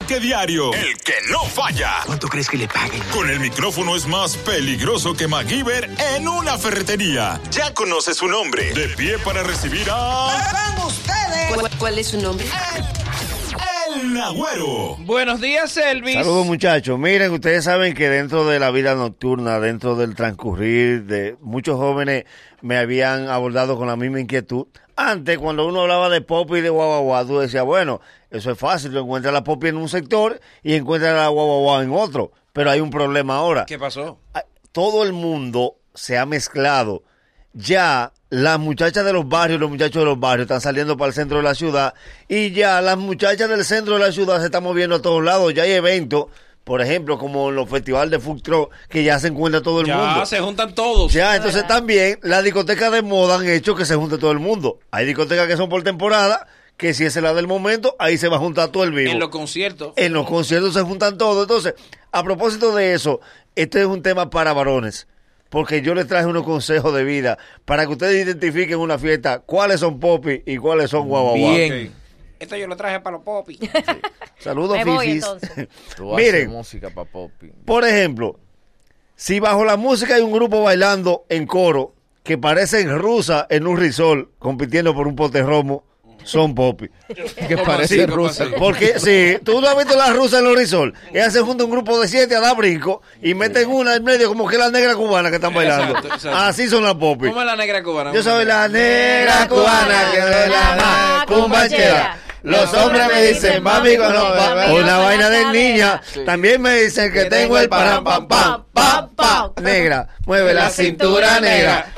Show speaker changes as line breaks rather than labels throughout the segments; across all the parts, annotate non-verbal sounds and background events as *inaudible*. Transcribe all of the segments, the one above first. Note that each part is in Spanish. ataque diario. El que no falla.
¿Cuánto crees que le paguen?
Con el micrófono es más peligroso que MacGyver en una ferretería. Ya conoce su nombre. De pie para recibir a.
¡Hagan ustedes!
¿Cuál, cuál es su nombre?
El Nagüero.
Buenos días, Elvis.
Saludos muchachos. Miren, ustedes saben que dentro de la vida nocturna, dentro del transcurrir de muchos jóvenes me habían abordado con la misma inquietud. Antes, cuando uno hablaba de pop y de guaguaguá, tú decías, bueno, eso es fácil, tú encuentras la pop en un sector y encuentras la guaguaguá en otro. Pero hay un problema ahora.
¿Qué pasó?
Ah, Todo el mundo se ha mezclado. Ya las muchachas de los barrios, los muchachos de los barrios están saliendo para el centro de la ciudad y ya las muchachas del centro de la ciudad se están moviendo a todos lados. Ya hay eventos, por ejemplo, como los festivales de food truck, que ya se encuentra todo el
ya
mundo.
se juntan todos.
Ya, entonces también las discotecas de moda han hecho que se junte todo el mundo. Hay discotecas que son por temporada, que si esa es la del momento, ahí se va a juntar todo el vivo.
En los conciertos.
En los conciertos se juntan todos. Entonces, a propósito de eso, este es un tema para varones. Porque yo les traje unos consejos de vida para que ustedes identifiquen en una fiesta cuáles son popi y cuáles son guaguaguá.
Bien.
Esto yo lo traje para los
*laughs*
popis.
Saludos,
Me voy,
fifis. *laughs*
entonces.
Tú haces
Miren.
música para Poppy.
Por ejemplo, si bajo la música hay un grupo bailando en coro que parecen rusas en un risol compitiendo por un pote romo, son popi.
Que
así?
parece
¿Cómo
rusa.
así?
Porque si tú no has visto las rusas en los risol, ellas se junta un grupo de siete a dar brinco y meten una en medio como que la negra cubana que están bailando.
Exacto, exacto.
Así son las popi.
¿Cómo es la negra cubana?
Yo soy la negra cubana que soy la más cumbanchera. Los hombres me dicen, mami, con una vaina de niña. También me dicen que tengo el param, pam, pam, pam, pam. Negra, mueve la cintura negra.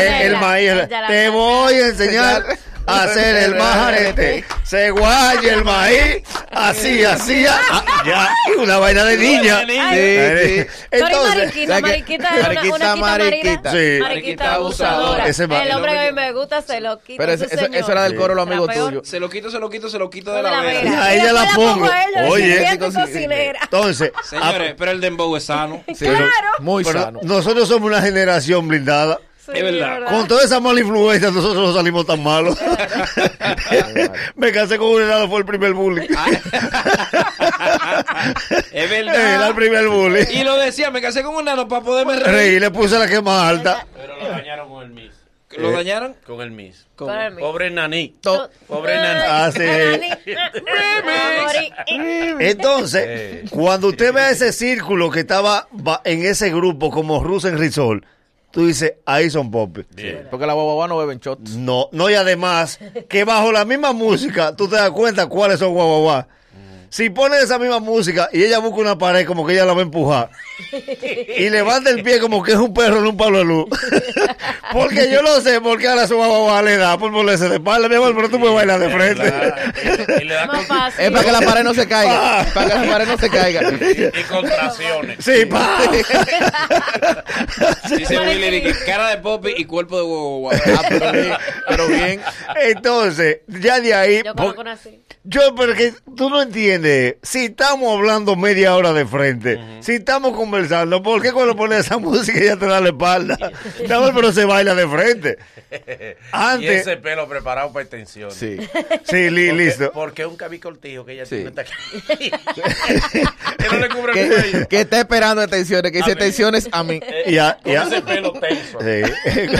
El, el maíz, te voy a enseñar *laughs* a hacer el majarete. Se guaye el maíz, así, así, ah, *laughs* ya. Una vaina de niña.
Sí, sí.
Entonces,
Pero hay mariquita,
o sea que-
mariquita, una-
mariquita,
una quita
mariquita.
marina,
Sí.
mariquita abusadora.
Ese es ma-
el hombre que a mí me gusta se lo quita.
Pero
su
ese- eso,
señor.
eso era del coro, los amigos
Trapeo.
tuyos.
Se lo quito, se lo quito, se lo quito
De la
vera.
vera.
Ya, ella la
Después
pongo.
a ella,
Oye.
sirviente y
Sí, sí, sí.
cocinera. *laughs*
entonces, a-
Señores, pero el dembow es
*laughs*
sano.
Sí,
Claro.
Muy
Pero
sano.
nosotros somos una generación blindada.
Sí,
Es verdad.
Con toda esa mala influencia, nosotros no salimos tan malos. Me casé con un helado, fue el primer bullying.
Ah.
*laughs*
Es
Era el
verdad.
primer bullying.
Y lo decía, me casé con un nano para poderme reír.
Reí, le puse la que más alta.
Pero lo dañaron con el Miss.
Eh,
¿Lo dañaron?
Con el Miss.
Con el mix.
Pobre Naní.
To-
Pobre Naní.
Ah, sí.
Nani. *laughs* Morí.
Entonces, cuando usted ve ese círculo que estaba ba- en ese grupo como Rusen en Rizol, tú dices, ahí son popes.
Porque la guaguaguá no beben shots.
No, no, y además, que bajo la misma música, tú te das cuenta cuáles son guaguaguá.
Mm.
Si pones esa misma música y ella busca una pared como que ella la va a empujar y levanta el pie como que es un perro en un palo de luz, *laughs* porque yo lo sé, porque ahora su guaguaguá le da por molerse de espalda, mi amor, pero tú me bailas de frente.
Y le da
Más
con-
fácil.
Es para que la pared no se caiga.
Ah.
Para que la pared no se *laughs* caiga.
y contracciones.
Sí, pa.
Dice Willy de que cara de popi y cuerpo de huevo. guau.
Ah,
*laughs*
pero bien. Pero *laughs* bien.
Entonces, ya de ahí, por-
Yo conozco una así.
Yo, porque tú no entiendes, si estamos hablando media hora de frente, si estamos conversando, ¿por qué cuando pones esa *laughs* música ya te da la espalda? No, pero se baila de frente.
*laughs* Y
Antes,
ese pelo preparado para extensiones.
Sí.
sí,
*laughs*
li-
Porque-
listo.
Porque es un cabicortijo que ella
Sí.
tiene hasta aquí. que no le cubre el
Que,
cuello.
que está esperando tensiones. Que dice
Amén.
tensiones a mí.
Eh,
Y, a- y a-
Con ese pelo tenso.
sí.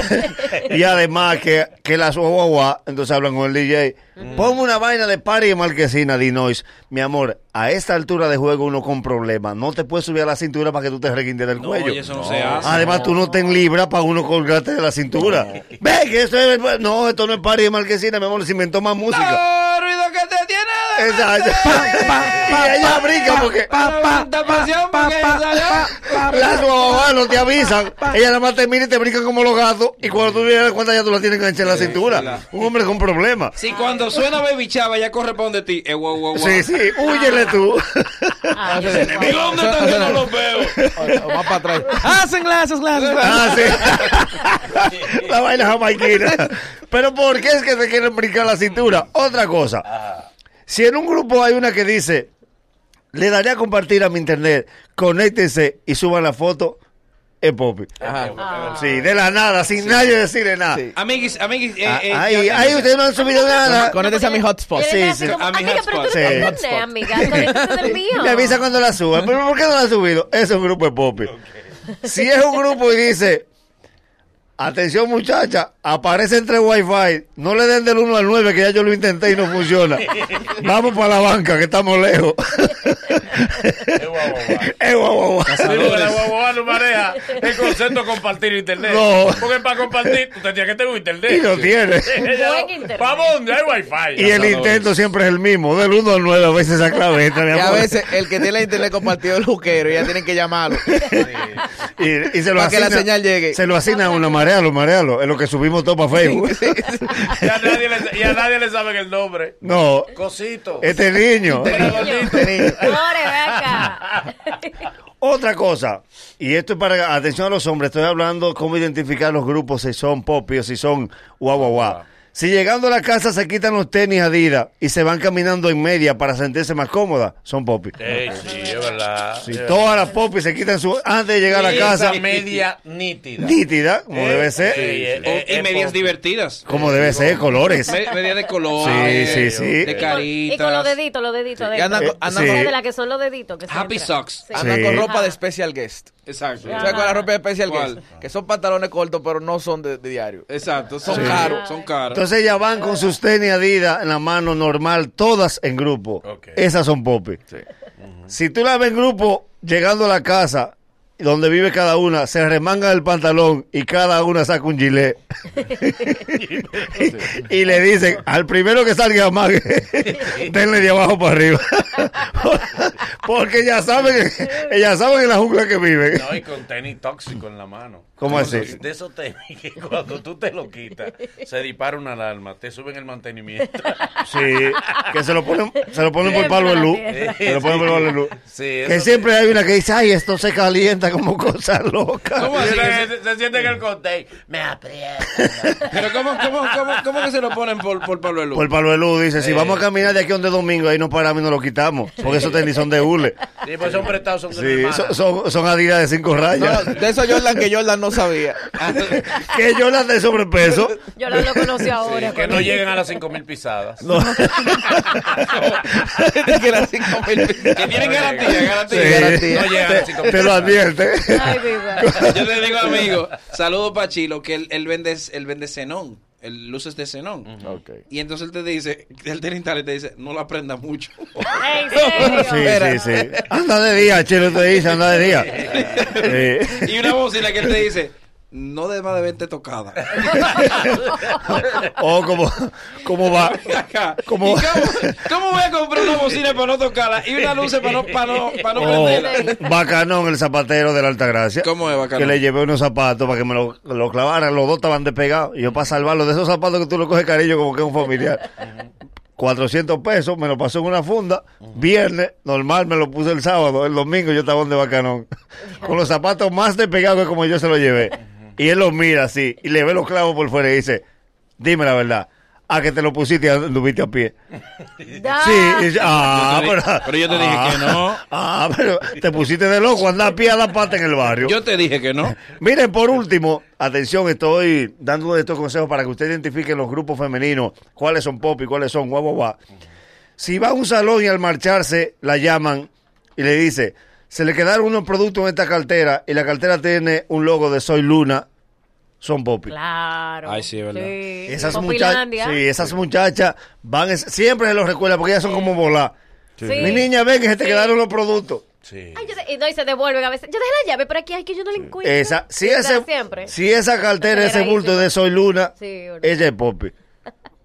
*laughs* Y además que, que las guagua, entonces hablan con el DJ, ponme una vaina de party de marquesina, Dinois. Mi amor, a esta altura de juego uno con problemas, no te puedes subir a la cintura para que tú te reguindes del
No,
cuello.
oye, eso no, se hace.
Además, tú no te libras para uno colgarte de la cintura. Ve que esto es. No, esto no es party de marquesina, mi amor, se inventó más música.
¡Oh, ruido que te tiene! de
Exacto. *laughs* Y ella brinca porque
Tanta pasión porque salió.
las guaguas no te avisan. Ella nada más te mira y te brinca como los gatos. Y cuando tú vienes cuenta, ya tú la tienes enganchada en la cintura. Un hombre con problemas.
Si cuando suena Baby Chava ya corresponde a ti. Eh, guau, guau, guau. Ah.
Sí, sí, huyele tú.
Ay, yo
Entonces,
conozco.
¿Dónde está que no lo veo?
o- o Más para atrás. *laughs*
Hacen glasses, glasses.
Ah, sí. *laughs* la vaina jamaiquina. Pero ¿por qué es que se quieren brincar la cintura? Otra cosa. Si en un grupo hay una que dice, le daré a compartir a mi internet, conéctense y suban la foto, es Poppy.
Ah.
Sí, de la nada, sin nadie decirle nada.
Sí.
Amiguis, amiguis. eh,
Ah,
eh,
ahí,
ya-
ahí ustedes no han subido nada.
Ah, Conéctese a mi hotspot.
Yo le
Sí,
dije
sí.
así como,
A mi
amiga, pero tú
hotspot.
no
Sí.
tienes, amiga. conéctate del mío.
Me avisa cuando la
Ah.
suba. ¿Pero por qué no la ha subido? Es un grupo de Poppy. Si es un grupo y dice, atención muchacha, aparece entre wifi, no le den del 1 al 9 que ya yo lo intenté y no
*laughs*
funciona. Vamos para la banca que estamos lejos.
Es guau, guau,
*laughs*
guau.
Eh, guau, guau, guau.
Sí, porque la guagua no maneja el *laughs* concepto de compartir internet.
No.
Porque para compartir, tú tenías que tener un internet.
Y lo tiene.
*laughs* Ella
Buen
no-
internet.
Vamos donde hay wifi.
Y el intento siempre es el mismo, del 1 al 9 a veces esa claveta. mi
Y a
amor.
veces el que tiene el internet compartido es el juquero, ya tienen que *laughs* llamarlo.
*laughs* Y, y se lo
Pa' que la señal llegue.
Se lo asigna a uno, marealo, marealo. Es lo que subimos todo para Facebook.
*laughs*
Y a nadie le, y a nadie le saben el nombre.
No,
Cosito.
este niño.
Pero gordito.
Pobre, ve acá.
*laughs* Otra cosa, y esto es para atención a los hombres, estoy hablando cómo identificar los grupos, si son popi o si son guau guau guau. Si llegando a la casa se quitan los tenis Adidas y se van caminando en media para sentirse más cómoda, son popi.
Ey, sí, es verdad.
Si todas las popis se quitan su antes de llegar a la casa,
eh. Esa media nítida.
nítida, como
Eh,
debe ser,
sí, eh,
o-
eh,
y
eh,
medias
por-
divertidas.
como debe ser, colores.
Me- Medias de color. eh,
Sí, sí, sí.
De
Y
caritas.
Y con los deditos, los deditos.
Y andan
adentro.
con, andan
Sí.
Esa
con-
de la que son los deditos. Que se
Happy
entran.
socks.
Sí.
andan
Sí.
con ropa de
Ajá.
special guest.
Exacto.
¿Sabes cuál es la ropa de special
¿Cuál?
guest? Que son pantalones cortos, pero no son de, de diario.
Exacto. Son
Sí.
caros. Son caros.
Entonces ellas van con sus tenis Adidas en la mano normal, todas en grupo.
Ok.
Esas son popi. Si tú la ves en grupo, llegando a la casa, donde vive cada una, se remanga el pantalón y cada una saca un gilet.
*laughs*
y le dicen, al primero que salga más,
*laughs*
denle de abajo para arriba. *laughs* Porque ya saben, ellas saben en la jungla que viven.
No, y con tenis tóxico en la mano.
¿Cómo así?
Esos- De esos tenis que cuando tú te lo quitas, se dispara una alarma, te suben el *laughs* mantenimiento.
Sí, que se lo ponen, se lo ponen por
Siempre
palo de
la
luz.
tienen.
Se lo ponen por palo de luz.
Sí,
Que
eso-
siempre hay una que dice, ay, esto se calienta como cosa loca.
¿Cómo así?
Se, se- se siente en el contén. Me aprieta.
Pero ¿cómo, cómo, cómo, cómo que se lo ponen por, por Pablo Elú?
Por palo de luz dice, si vamos a caminar de aquí a donde domingo, ahí nos paramos y nos lo quitamos. Porque esos tenis son de hule.
Sí, pues son prestados, son de mi
Sí,
hermana.
son, son, son adidas de cinco
No,
rayas.
no, de eso Jordan que Jordan no
*laughs*
sabía.
*laughs*
*laughs*
que yo las de sobrepeso.
Yo lo, lo conocí ahora.
Que no
cuando-
lleguen a las 5.000 pisadas.
No.
que era así como el-
Que tienen garantía, garantía.
Sí.
garantía.
No llegan a las 5.000
Te lo
pisadas.
advierte.
Ay, mi madre.
*laughs* Yo te digo, amigo, saludo para Chilo, que él, él vende, él vende xenón, el luces de xenón. Y entonces él te dice, él te lo instala y te dice, no la prenda mucho. *laughs*
En
Sí,
serio.
sí, sí. Anda de día, chelo, te dice, anda de día. Sí.
y una bocina que él te dice, no de más de 20 tocadas.
O como, como va.
Acá.
Como-
¿Y cómo, cómo voy a comprar una bocina para no tocarla y una luz para no, para no, para no
Oh,
prenderla?
bacanón, el zapatero de la Altagracia.
¿Cómo es, bacanón?
Que le llevé unos zapatos para que me lo, lo clavaran. Los dos estaban despegados. Y yo, para salvarlos de esos zapatos que tú le coges cariño como que es un familiar. 400 pesos, me lo pasó en una funda. Viernes, normal, me lo puse el sábado. El domingo yo estaba donde bacanón. Con los zapatos más despegados que como yo se los llevé. Y él los mira así. Y le ve los clavos por fuera y dice: Dime la verdad. A que te lo pusiste y anduviste a pie.
Da.
*laughs* Sí, y yo- ah,
Yo te di-
pero,
pero yo te dije
ah,
que no.
Ah, pero te pusiste de loco, anda a pie a la pata en el barrio.
Yo te dije que no.
Miren, por último, atención, estoy dando uno de estos consejos para que usted identifique los grupos femeninos, cuáles son pop y cuáles son guau, guau, guau. Si va a un salón y al marcharse la llaman y le dice, se le quedaron unos productos en esta cartera y la cartera tiene un logo de Soy Luna, son popi.
Claro.
Ay, sí, es verdad.
Eh,
Esas, mucha-
muchachas.
sí, esas muchachas van, es- siempre se los recuerda porque ellas son como volar. Mi niña, ven que se te quedaron los productos.
Sí.
Ay, yo sé- y no, y se devuelven a veces. Yo dejé la llave, pero aquí hay que yo no la encuentro.
Esa, si,
Verdad,
ese,
Siempre.
si esa cartera, ese
Generadísimo.
bulto de Soy Luna,
Sí, verdad.
ella es Poppy.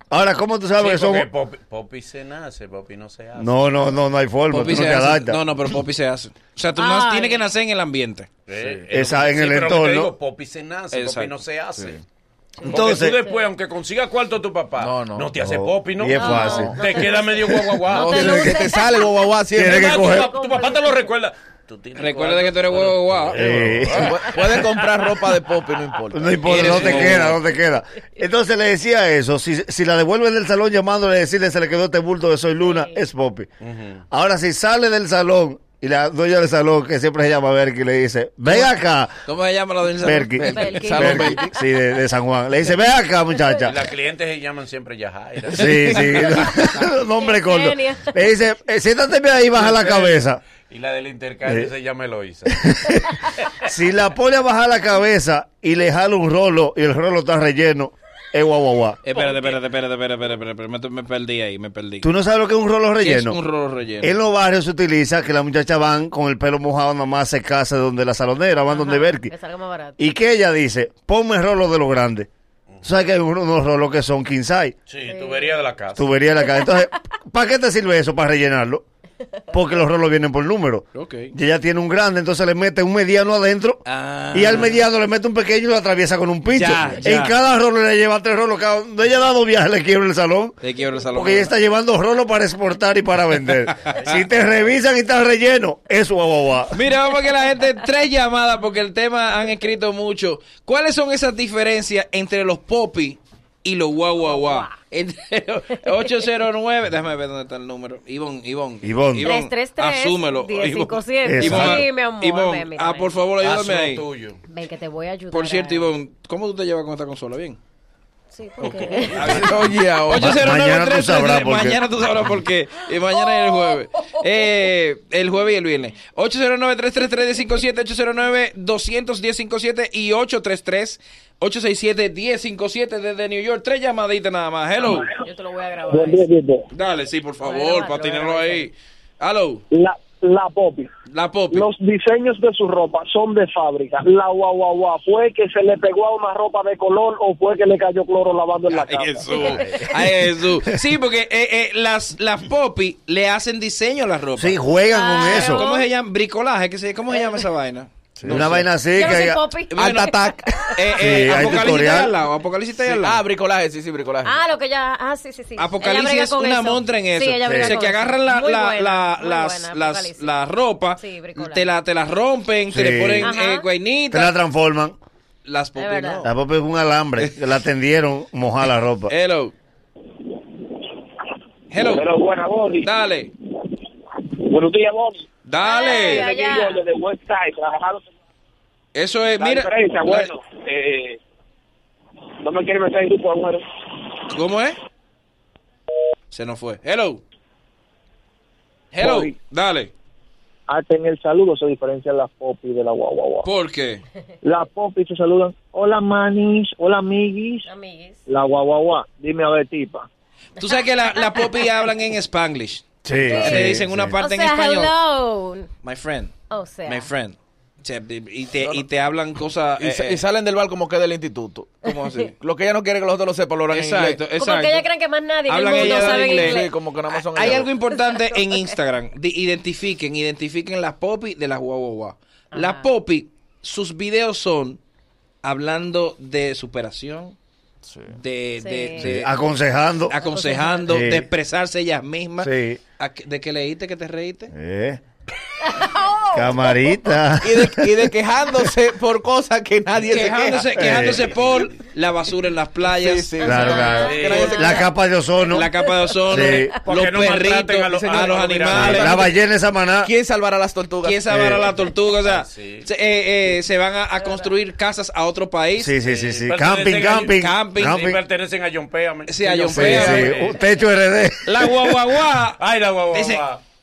Ahora, ¿cómo tú sabes que
Sí, porque
son...?
Poppy, Poppy se nace, Poppy no se hace.
No, no, no, no hay forma,
Poppy
tú no
se
te
hace.
adaptas.
No, no, pero Poppy se hace. O sea, tú
Ay.
no tienes que nacer en el ambiente.
Eh,
Esa, en el
pero
entorno.
Te digo, Poppy se nace,
Exacto.
Poppy no se hace. Entonces,
Entonces-
tú después, aunque consigas cuarto tu papá,
No,
no,
no.
te hace Poppy, ¿no?
Y es fácil.
no.
Te queda medio guau
No,
guau.
te
sino
luces.
que te sale el guaguaguá siempre.
Tienes que
tu
coger-
pa- Tu papá te lo recuerda. Tú tienes
Recuerda
cuarto.
que tú eres huevo guau.
Eh,
Pu- Puedes comprar ropa de pop y no importa.
no importa,
Eres
no te
un-
queda, no te queda. Entonces le decía eso, si, si la devuelven del salón llamándole a decirle se le quedó este bulto de Soy Luna, es Poppy. Ahora, si sale del salón Y la dueña del salón, que siempre se llama Berky, le dice, ven acá.
¿Cómo se llama la doña
Berky.
Berky.
Salón Berky. Sí, de, de San Juan. Le dice, ven acá, muchacha.
Las clientes se llaman siempre Yajaira.
Sí, sí. *laughs* Nombre
Qué
corto.
genio.
Le dice, "Eh, siéntate bien ahí, baja la cabeza.
Y la del intercambio
Sí.
se
*laughs*
llama Eloisa.
Si la pone a bajar la cabeza y le jala un rolo y el rolo está relleno, es guau, guau, guau.
Eh, Espérate, espérate, espérate, espérate, espérate, espérate, espérate, me, me perdí ahí, me perdí.
¿Tú no sabes lo que es un rolo
¿Qué
relleno? Eh,
Es un rolo relleno.
En los barrios se utiliza que las muchachas van con el pelo mojado nada más se casa donde la salonera, van donde Berky.
Que salga más barato.
Y que ella dice, ponme rolo de los grandes. Tú sabes que hay unos rolos que son quinzai,
Sí, tubería de la casa.
tubería de la cara. Entonces, ¿para qué te sirve eso? Para rellenarlo. Porque los rolos vienen por número.
Ok.
Y ella tiene un grande, entonces le mete un mediano adentro.
Ah.
Y al mediano le mete un pequeño y lo atraviesa con un pincho.
Ya, ya.
En cada rolo le lleva tres rolos. Cada... cuando Ella da dos viajes, le quiebra el salón.
Te quiero el salón.
Porque ella está llevando rolos para exportar y para vender. si te revisan y estás relleno, es guau, guau, guau.
Mira, vamos a que la gente, tres llamadas porque el tema han escrito mucho. ¿Cuáles son esas diferencias entre los popi y los guau guau guau? Entre los 809, déjame ver dónde está el número. Ivón, Ivón.
Ivonne.
333,
asúmelo.
1057.
Ivonne,
Sí, mi amor,
Ivonne,
ven, mira,
ah,
ven.
por favor, ayúdame
Hazlo
ahí.
tuyo.
Ven, que te voy a ayudar.
Por cierto,
a-
Ivón, ¿cómo tú te llevas con esta consola? ¿Bien?
Sí, porque...
Oye, ahora.
Mañana tú
809
sabrás por qué.
Mañana tú sabrás por qué. Y mañana es el jueves. Eh, el jueves y el viernes. 809-333-1057, 809-210-57 y 833-867-1057 desde New York. Tres llamaditas nada más. Hello.
*laughs* Yo te lo voy a grabar.
Buen día, equipo.
Dale, sí, por favor,
Bueno,
para
bueno,
tenerlo
bueno.
ahí. Hello,
La, la Poppy.
la Poppy.
Los diseños de su ropa son de fábrica. La guaguaguá fue que se le pegó a una ropa de color o fue que le cayó cloro lavando en la
Ay,
casa.
Jesús. Ay, Jesús. Sí, porque eh, eh, las, las Poppy le hacen diseño a las ropas.
Sí, juegan con
Claro.
eso.
¿Cómo se llama? Bricolaje. ¿qué se-
Eh.
¿Cómo se llama esa vaina? No
Una
sé.
vaina así
Yo no
que...
soy Poppy.
Alta tac.
*laughs* Eh,
Sí,
eh,
hay
Apocalipsis
tutorial.
está al lado. Apocalipsis está ahí al lado.
Ah, bricolaje, sí, sí, bricolaje.
Ah, lo que ya... Ah, sí, sí, sí. Ella
Apocalipsis
brega
es
con
una
eso.
montra en eso.
Sí, ella brega
O sea,
con
que
eso.
agarran la,
Muy
la-
buena,
la-
muy
las,
buena,
las,
Apocalipsis.
la ropa,
Sí, bricolaje.
te, la, te la rompen, te
Sí.
le ponen
Ajá.
eh,
Te la
guainita.
transforman.
Las popi
Es verdad.
no.
La popa es un alambre.
*laughs*
que La tendieron mojar la ropa.
Hello. Hello.
Pero buena, Bobby.
Dale.
Buenos días, Bobby.
Dale.
Ay, ay, ay.
Yo desde West Side, trabajando.
Eso es,
La
mira.
diferencia,
la-
bueno, eh, no me quiere meter en grupo, agüero.
¿Cómo es? Se nos fue. Hello. Hello.
Bobby.
Dale.
Hasta Ah, en el saludo se diferencian las Poppy de la guaguaguá.
¿Por qué?
Las Poppy se saludan. Hola, manis. Hola, amiguis.
Amiguis.
La guaguaguá. Dime a ver, tipa.
Tú sabes que las la popi hablan en spanglish.
Sí,
Se
sí,
eh, dicen
sí.
una
O
parte en
sea,
español.
hello.
My friend.
O sea.
My friend. O sea, de- Y te, y te hablan cosas.
Y,
eh,
sa-
eh,
y salen del bar como que del instituto.
*laughs*
*laughs*
¿Cómo así?
Lo que ella no quiere que los otros lo sepan, lo harán en inglés.
Exacto,
Como que ella
exacto.
creen que más nadie en el
Hablan
mundo
ellas
sabe
inglés.
inglés.
Sí, como que nada más son
Hay
ellos.
algo importante en Instagram. Di- identifiquen, identifiquen las popi de las guau Las
Ajá.
popi, sus videos son hablando de superación, de,
Sí.
de- de-
Aconsejando.
aconsejando,
Sí.
de expresarse ellas mismas.
Sí.
¿A qué- ¿De qué leíste que te reíste? *laughs*
Eh. Camarita.
Y de, y de quejándose *laughs* por cosas que nadie
Quejándose,
se queja.
quejándose por la basura en las playas.
Sí, sí.
Claro, claro.
Que nadie se
La capa de ozono.
La capa de ozono,
Sí.
los
Porque no
perritos,
maltraten
a
a
los,
los-
animales.
La ballena esa maná.
¿Quién salvará las tortugas?
Eh,
¿Quién sabe ahora la tortuga? O sea,
Sí.
se, eh, eh, se van a, a construir casas a otro país.
Sí, sí, sí, sí.
Pertenecen
Camping,
a-
camping.
camping,
Sí, pertenecen a John Péame.
Sí, a John
Sí,
Fea,
sí.
eh.
Un Techo RD.
La guaguaguá.
Ay, la guagua.
Dice,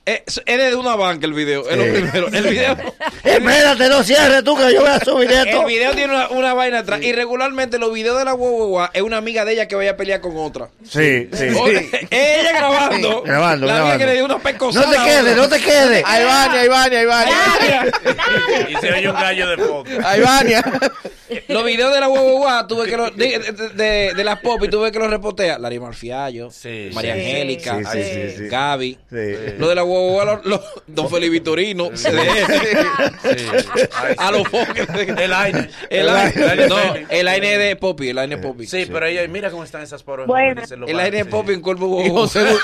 eh, es de una banca el video. Es lo
Sí.
primero. El
*laughs*
video,
Espérate, no cierres tú que yo voy a subir esto.
el video tiene una, una vaina atrás. Y regularmente los videos de la guaguaguá es una amiga de ella que vaya a pelear con otra.
Sí, sí.
O- ella grabando.
Grabando,
Oh, la amiga
grabando.
que le dio una pescozada.
No te
a oh.
quedes,
otra.
no te quedes.
Albania, Albania, Albania.
Y se oye un gallo de fondo.
Albania.
*laughs* Los videos de la guaguaguá, tuve que los. De, de, de- de las pop y tuve que los repotea. Larry Fiallo,
Sí,
María
sí.
Angélica,
Sí, sí, sí, sí.
Gaby.
Sí.
Lo de la guagua, lo- lo- don Felipe Vitorino, CDS,
Sí. Ay,
a los
sí.
foques.
El aire.
El aire,
aire.
no, el aire de Poppy, el aire de Poppy.
Sí, pero ella, mira cómo están esas poros.
Bueno.
El aire de Poppy en cuerpo bobo.
Y José, Gu-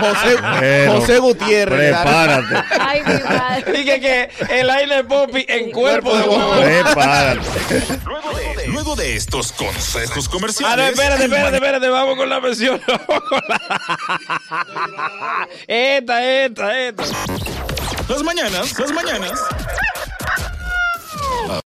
José,
Bueno,
José Gutiérrez.
Prepárate.
Ay, mi madre.
*laughs* Dije que el aire de Poppy en cuerpo de bobo.
Prepárate.
Luego de, luego de estos consejos
Ah, no,
comerciales.
espérate, espérate, espérate, vamos con la versión. *laughs* Vamos con la... Esta, esta, esta.
Las mañanas, las mañanas.